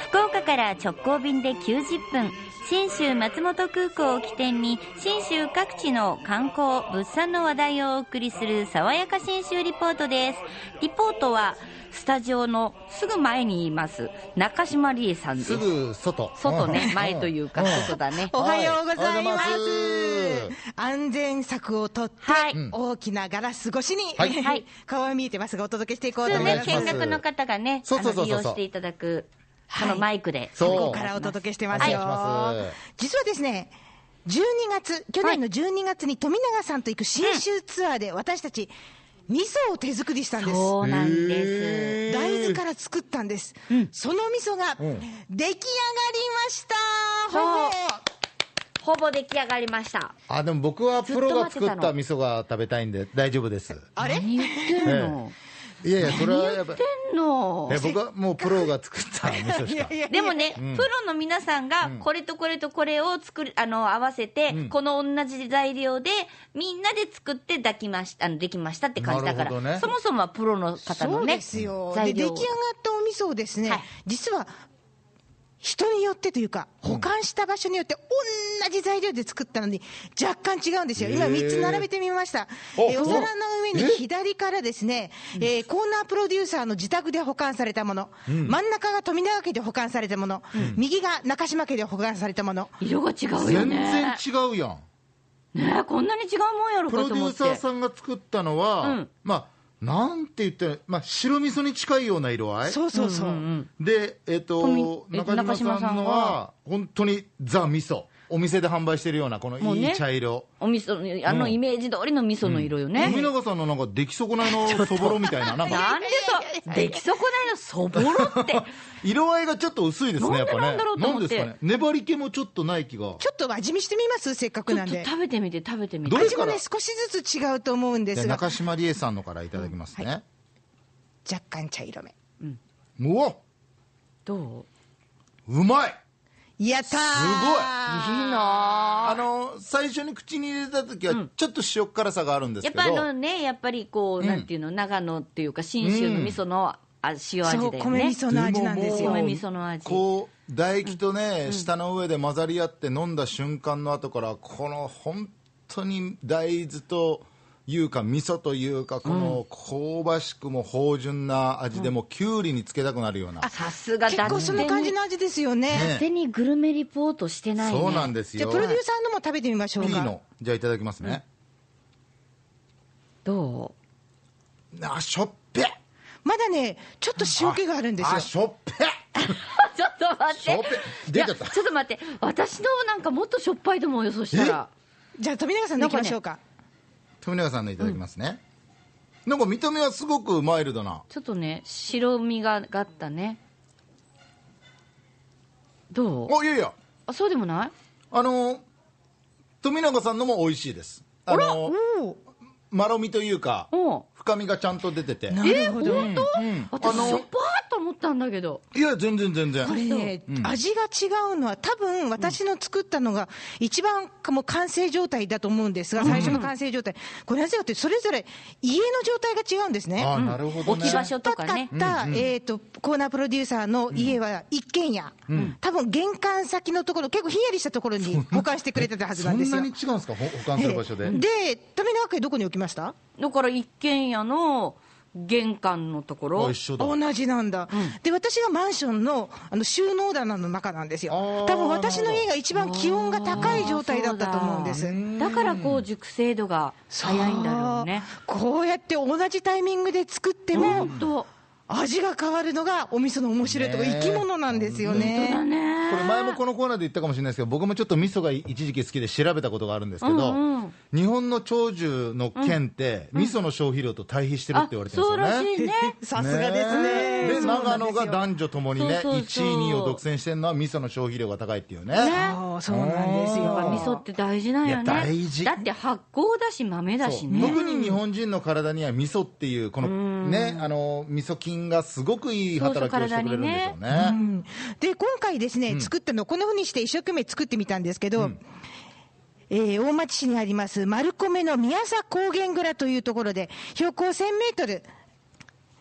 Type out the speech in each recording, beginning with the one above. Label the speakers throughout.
Speaker 1: 福岡から直行便で90分、新州松本空港を起点に、新州各地の観光、物産の話題をお送りする、爽やか新州リポートです。リポートは、スタジオのすぐ前にいます、中島理恵さんですす。
Speaker 2: ぐ外。
Speaker 1: 外
Speaker 2: う
Speaker 1: ね
Speaker 2: ん、
Speaker 1: 前というか、外だね。
Speaker 3: おはようございます
Speaker 2: はいおはようございま
Speaker 3: 安全策をとって、
Speaker 1: はい
Speaker 3: 大きなガラス越しに、
Speaker 2: はい
Speaker 1: はい
Speaker 3: 顔は見えてますがお届けしていこう
Speaker 1: 普
Speaker 3: と
Speaker 1: 通
Speaker 3: 思い
Speaker 1: ね
Speaker 3: ま、す
Speaker 2: お願
Speaker 1: 見
Speaker 2: いします
Speaker 1: 学の方がね、
Speaker 2: そうそう
Speaker 1: あ
Speaker 2: そ
Speaker 1: の
Speaker 2: う
Speaker 1: 利
Speaker 2: そう
Speaker 1: 用していただく、このマイクで。
Speaker 2: そう
Speaker 3: ここからお届けしてますよ、
Speaker 2: お願いします
Speaker 3: 実はですね12月去年の12月に富永さんと行く新州ツアーで私たち味噌を手作りしたんです
Speaker 1: そうなんです。
Speaker 2: へー
Speaker 3: 大豆から作ったんです、その味噌が出来上がりました、ほぼ
Speaker 1: ほぼ出来上がりました。
Speaker 2: あ、でも僕はプロが
Speaker 1: ずっと待って
Speaker 2: 作
Speaker 1: た
Speaker 2: っ
Speaker 1: の
Speaker 2: た味噌が食べたいんで大丈夫です。
Speaker 3: あれ
Speaker 1: 何言ってんの、
Speaker 2: いやいや、それはやっぱり。
Speaker 1: 言ってんの
Speaker 2: いや僕はもうプロが作った味噌しか。
Speaker 1: でもね、プロの皆さんが、これとこれとこれを作る、あの、合わせて、この同じ材料で、みんなで作って抱きました、あの、できましたって感じだか
Speaker 2: なるほ
Speaker 1: ら、
Speaker 2: どね
Speaker 1: そもそもはプロの方
Speaker 3: そ
Speaker 1: の
Speaker 3: う
Speaker 1: ね、
Speaker 3: ですよで
Speaker 1: 材
Speaker 3: 出来
Speaker 1: 料
Speaker 3: 上
Speaker 1: を
Speaker 3: がったお味噌をですね、
Speaker 1: はい
Speaker 3: 実は人によってというか保管した場所によって同じ材料で作ったのに若干違うんですよ今
Speaker 2: へー
Speaker 3: 3つ並べてみました
Speaker 2: お
Speaker 3: えーお皿の上に
Speaker 2: え
Speaker 3: 左からですね、えーコーナープロデューサーの自宅で保管されたもの、真ん中が富永家で保管されたもの、右が中島家で保管されたもの
Speaker 1: 色が違うよ
Speaker 2: 全
Speaker 1: ね
Speaker 2: 然。違うやん。
Speaker 1: ねこんなに違うもんやろ
Speaker 2: プ
Speaker 1: か
Speaker 2: ロ
Speaker 1: と
Speaker 2: デュ
Speaker 1: 思っ
Speaker 2: ー
Speaker 1: て。
Speaker 2: サーさんが作ったの
Speaker 1: う
Speaker 2: は
Speaker 1: ん、
Speaker 2: まあ、なんて言ったら、まあ、白味噌に近いような色合い。
Speaker 3: そうそうそう、
Speaker 2: で、えっと
Speaker 1: 富、え
Speaker 2: 中島
Speaker 1: 中島
Speaker 2: さ
Speaker 1: さ
Speaker 2: ん
Speaker 1: ん
Speaker 2: のは
Speaker 1: は、
Speaker 2: 本当にザ・味噌。お店で販売してるような、この
Speaker 1: もう
Speaker 2: い
Speaker 1: ね
Speaker 2: い茶色。
Speaker 1: お味噌、あのイメージ通りの味噌の色よね。
Speaker 2: 富永さんのなんか出来損 ないのそぼろみたいな、なん
Speaker 1: な
Speaker 2: か
Speaker 1: んでそう、出来損ないのそぼろ って。
Speaker 2: 色合いがちょっと薄いですね、やっぱね。
Speaker 1: なんでなんだろうと思って
Speaker 2: なんですかね。粘り気もちょっとない気が。
Speaker 3: ちょっと味見してみますせっかく
Speaker 1: ちょ
Speaker 3: な
Speaker 1: っ
Speaker 3: ん
Speaker 1: と
Speaker 3: で
Speaker 1: 食べてみて、食べてみて
Speaker 2: ど。れ
Speaker 3: 味
Speaker 2: か
Speaker 3: も
Speaker 2: ら
Speaker 3: ね少しずつ違うと思うんで
Speaker 2: じゃあ
Speaker 3: すが
Speaker 2: 中島理恵さんのからいただきますね。
Speaker 3: 若干茶色め
Speaker 2: うわ
Speaker 1: どう
Speaker 2: うまい
Speaker 3: やっ
Speaker 1: い
Speaker 3: たー
Speaker 1: いな
Speaker 2: あの、最初に口に入れた時は、ちょっと塩辛さがあるんです
Speaker 1: やっ
Speaker 2: け
Speaker 1: ぱ
Speaker 2: ど。
Speaker 1: あのね、やっぱりこう、
Speaker 2: ん
Speaker 1: なんていうの、長野っていうか、信州の味噌のあ塩味だ
Speaker 3: そ
Speaker 1: よ
Speaker 3: う
Speaker 1: ね。
Speaker 3: 米味噌の味なんですよ
Speaker 1: 米味噌の味。
Speaker 2: こう唾液とね、舌の上で混ざり合って飲んだ瞬間の後からこの本当に大豆というか味噌というかこの香ばしくも芳醇な味でもうきゅうりにつけたくなるような、
Speaker 1: さすが
Speaker 3: 結
Speaker 1: だ
Speaker 3: 構その感じの味ですよね
Speaker 2: ね
Speaker 1: 手にグルメリポートしてないね。
Speaker 2: そうなんです
Speaker 3: じゃ
Speaker 2: よ
Speaker 3: あプロデューサーのも食べてみましょう
Speaker 2: P
Speaker 3: か
Speaker 2: のじゃあいただきますね、
Speaker 1: ど
Speaker 2: あしょっぺ
Speaker 3: まだねちょっと塩気があるんですよ
Speaker 2: あしょっぺ
Speaker 1: う ちょっと待って。
Speaker 2: しょっぺ出ちゃった
Speaker 1: いやちょっと待って。私のなんかもっとしょっぱいとも予想したら。
Speaker 3: じゃあ富永さんでいきましょうか
Speaker 2: 富永さんのいただきますね、なんか見た目はすごくマイルドな
Speaker 1: ちょっとね、白身ががあったね。どう
Speaker 2: あいやいや
Speaker 1: あ、そうでもない
Speaker 2: あの富永さんのも美味しいですあの
Speaker 3: おー
Speaker 2: まろみというか
Speaker 1: うん。
Speaker 2: 深みがちゃんと出てて
Speaker 3: なるほど、
Speaker 1: 私、
Speaker 2: あの
Speaker 1: しょっぱーと思ったんだけど。
Speaker 2: いや全然全然
Speaker 3: これね、味が違うのは、多分私の作ったのが、一番かもう完成状態だと思うんですが、最初の完成状態、これなぜかって、それぞれ家の状態が違うんですね。
Speaker 2: あなるほど
Speaker 1: 置
Speaker 2: ね
Speaker 1: き場所とかね
Speaker 3: 高。かった、えー、とコーナープロデューサーの家は一軒家、多分玄関先のところ、結構ひんやりしたところに保管してくれてたはず
Speaker 2: そ
Speaker 3: なんで
Speaker 2: ん
Speaker 3: す
Speaker 2: な
Speaker 3: よ
Speaker 2: に。違うんですかほ保管する場所で
Speaker 3: ええで、富永家、どこに置きました
Speaker 1: だから一軒家の玄関のところ
Speaker 2: あ一。緒だ
Speaker 3: 同じなんだ、で私がマンションのあの収納棚の中なんですよ
Speaker 2: あー、
Speaker 3: 多分私の家が一番気温が高い状態だったと思うんです。
Speaker 1: だからこう熟成度が早いんだろうね。
Speaker 3: そうこうやって同じタイミングで作っても、
Speaker 1: 本当。
Speaker 3: 味が変わるのがお味噌の面白いところ、
Speaker 2: ねえ
Speaker 3: 生き物なんですよね。
Speaker 1: だね。
Speaker 2: これ前もこのコーナーで言ったかもしれないですけど僕もちょっと味噌が一時期好きで調べたことがあるんですけど、
Speaker 1: うんうん
Speaker 2: 日本の長寿の県って、味噌の消費量と対比してるって
Speaker 1: あ
Speaker 2: 言われ、てるん
Speaker 1: そう
Speaker 2: ですよね
Speaker 1: らしいね。
Speaker 3: さすがです
Speaker 2: ね
Speaker 3: ね。
Speaker 2: で
Speaker 3: そう
Speaker 2: 長
Speaker 3: な
Speaker 2: 野
Speaker 3: んですよ
Speaker 2: が男女ともに
Speaker 1: そ
Speaker 2: ね
Speaker 1: うそうそう
Speaker 2: 1位2位を独占してるのは味噌の消費量が高いっていうね
Speaker 1: ね
Speaker 3: そうそうなんです
Speaker 1: やっぱ
Speaker 3: よ。
Speaker 1: 味噌って大事なんよね。
Speaker 2: いや大事
Speaker 1: だって発酵だし豆だ
Speaker 2: そ
Speaker 1: し
Speaker 2: う
Speaker 1: ね。
Speaker 2: 特に日本人の体には味噌っていうこのねあの味噌菌がすごくいい働きをしてくれるんでしょうね
Speaker 3: うんで、今回ですね、作ったの、こんな風にして一生懸命作ってみたんですけど、えー大町市にあります、丸米の宮佐高原蔵というところで、標高1000メートル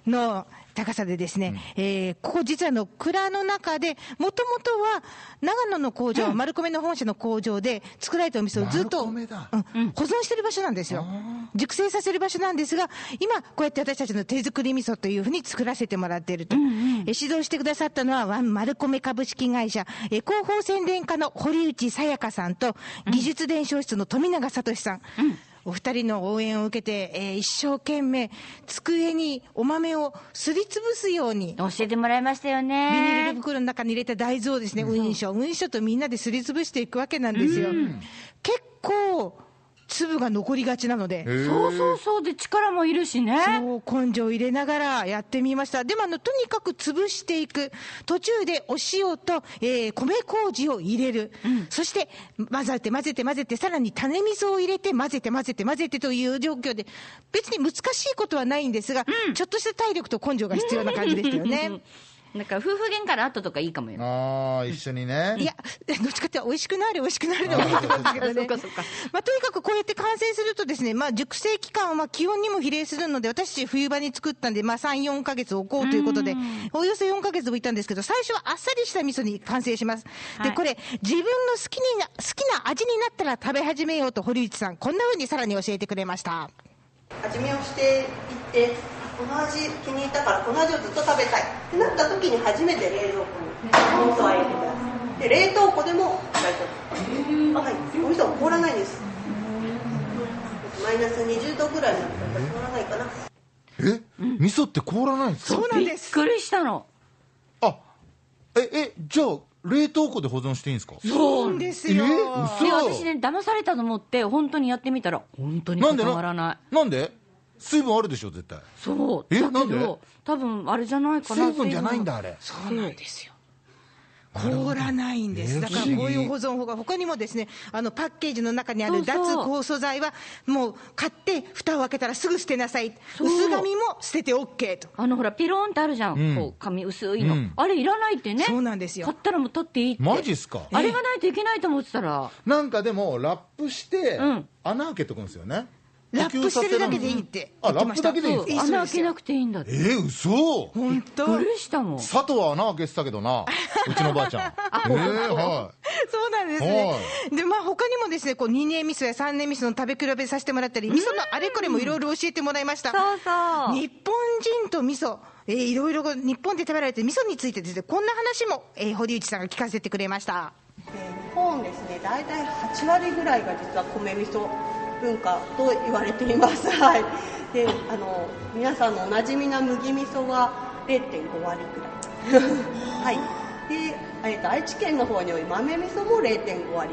Speaker 3: の高さでですね、えーここ実はあの蔵の中で、もともとは長野の工場、丸米の本社の工場で作られたお店をずっと、う
Speaker 2: 丸米
Speaker 3: ん
Speaker 2: だ
Speaker 3: 保存してる場所なんですよ。熟成させる場所なんですが、今、こうやって私たちの手作り味噌というふうに作らせてもらっていると。えー指導してくださったのは、ワン丸米株式会社、えー広報宣伝課の堀内さやかさんと、技術伝承室の富永聡さん。お二人の応援を受けて、えー一生懸命机にお豆をすりつぶすように
Speaker 1: 教えてもらいましたよ
Speaker 3: ビニー
Speaker 1: ね。
Speaker 3: ル袋の中に入れた大豆をですね、うんしょ、うんしょとみんなですりつぶしていくわけなんですよ。結構、粒が残りがちなので。
Speaker 1: そうそうそうで力もいるしね。
Speaker 3: そう根性を入れながらやってみました。でもあの、とにかく潰していく。途中でお塩と、えー米麹を入れる。そして、混ぜて混ぜて混ぜて、さらに種味噌を入れて混ぜて混ぜて混ぜてという状況で、別に難しいことはないんですが、ちょっとした体力と根性が必要な感じですよね。
Speaker 1: なんか夫婦喧嘩の後とかいいかもよ。
Speaker 2: ああ一緒にね
Speaker 3: いや、 どっちかっていうと美味しくなれ、美味しくなれの方がいいと思うんですけど
Speaker 1: そう
Speaker 3: ね
Speaker 1: かそうか。
Speaker 3: まあ、とにかくこうやって完成するとですね、まあ、熟成期間は気温にも比例するので、私たち冬場に作ったんで、まあ、3、4ヶ月置こうということで、およそ4ヶ月置いたんですけど、最初はあっさりした味噌に完成します。
Speaker 1: は
Speaker 3: で、
Speaker 1: い
Speaker 3: これ、自分の好きにな、好きな味になったら食べ始めようと、堀内さん、こんな風にさらに教えてくれました。
Speaker 4: 味見をしていってこの味気に入ったからこの味をずっと食べたいってなった時に初めて冷蔵庫に本当は入れてくださいで冷凍庫でも大丈夫はいお味噌は凍らないですマイナス20度ぐらいになったら凍らないかな
Speaker 2: え味噌って凍らないんですか
Speaker 3: そうなんです。
Speaker 1: びっくりしたの。
Speaker 2: あええじゃあ冷凍庫で保存していいんですか
Speaker 3: そうなんです
Speaker 2: え
Speaker 3: よ。
Speaker 1: で
Speaker 2: 嘘
Speaker 1: 私ね騙されたと思って本当にやってみたら本当に
Speaker 2: なん
Speaker 1: 固
Speaker 2: で
Speaker 1: まらない
Speaker 2: なんで水分あるでしょ絶対
Speaker 1: そう
Speaker 2: え
Speaker 1: だ
Speaker 2: な
Speaker 1: け
Speaker 2: んで
Speaker 1: ど多分あれじゃないかな
Speaker 2: 水分じゃないんだあれ
Speaker 3: そうなんですよ。凍らないんです。だからこういう保存法が、他にもですね、あのパッケージの中にあ
Speaker 1: そ
Speaker 3: る
Speaker 1: うそう
Speaker 3: 脱酵素材は、もう買って、蓋を開けたらすぐ捨てなさい。
Speaker 1: そう
Speaker 3: 薄紙も捨てて OK と。
Speaker 1: あのほらピローンってあるじゃん、
Speaker 2: うん
Speaker 1: こう紙薄いの、
Speaker 2: うん
Speaker 1: あれいらないってね
Speaker 3: そうなんですよ
Speaker 1: 買ったらもう取っていいって
Speaker 2: マジっすか
Speaker 1: あれがないといけないと思ってたら
Speaker 2: なんかでもラップして
Speaker 1: うん
Speaker 2: 穴開けとくんですよね
Speaker 3: ラップしてるだけでいいって言ってました。
Speaker 2: あラップだけでいいん
Speaker 1: そ
Speaker 2: で
Speaker 1: う
Speaker 2: す
Speaker 3: いいそうですよ
Speaker 1: 穴開けなくていいんだって
Speaker 2: え嘘
Speaker 3: 本
Speaker 1: びっ
Speaker 3: 当
Speaker 1: くりしたもん
Speaker 2: 佐藤は穴開けてたけどなうちのばあちゃんえーは
Speaker 3: そうなんです
Speaker 2: は
Speaker 3: ね。で、まあ、他にもですね、こう、2年味噌や3年味噌の食べ比べさせてもらったり、味噌のあれこれもいろいろ教えてもらいました。
Speaker 1: そうそう
Speaker 3: 日本人と味噌、えーいろいろ日本で食べられてる味噌についてですね、こんな話も、えー堀内さんが聞かせてくれました。
Speaker 4: で日本ですね大体8割ぐらいが実は米味噌文化と言われています はいであの皆さんのおなじみな麦味噌は0.5割ぐらいはいで、えー、と愛知県の方に多い豆味噌も0.5割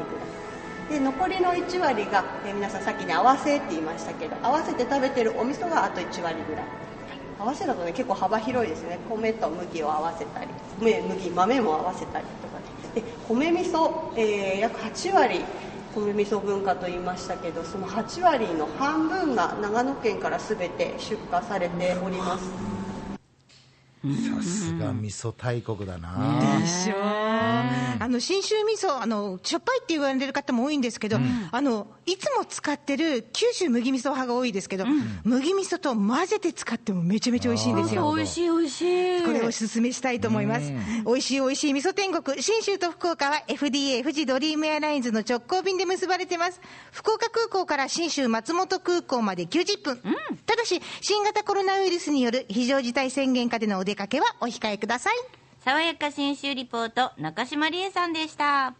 Speaker 4: ぐらいで残りの1割が、えー皆さんさっきね合わせって言いましたけど合わせて食べてるお味噌があと1割ぐらい合わせだとね結構幅広いですね米と麦を合わせたり米麦豆も合わせたりとかでで米味噌、えー約8割米味噌文化と言いましたけどその8割の半分が長野県から全て出荷されております
Speaker 2: いさすが味噌大国だな
Speaker 3: でしょあの信州味噌あのしょっぱいって言われる方も多いんですけど、あのいつも使ってる九州麦味噌派が多いですけど、麦味噌と混ぜて使ってもめちゃめちゃ美味しいんですよ
Speaker 2: あー
Speaker 1: そう美味しい美味しい
Speaker 3: これおすすめしたいと思います。美味しい美味しい味噌天国、信州と福岡は FDA 富士ドリームエアラインズの直行便で結ばれてます。福岡空港から信州松本空港まで90分。ただし、新型コロナウイルスによる非常事態宣言下でのお出かけはお控えください。
Speaker 1: 爽やか新州リポート中島理恵さんでした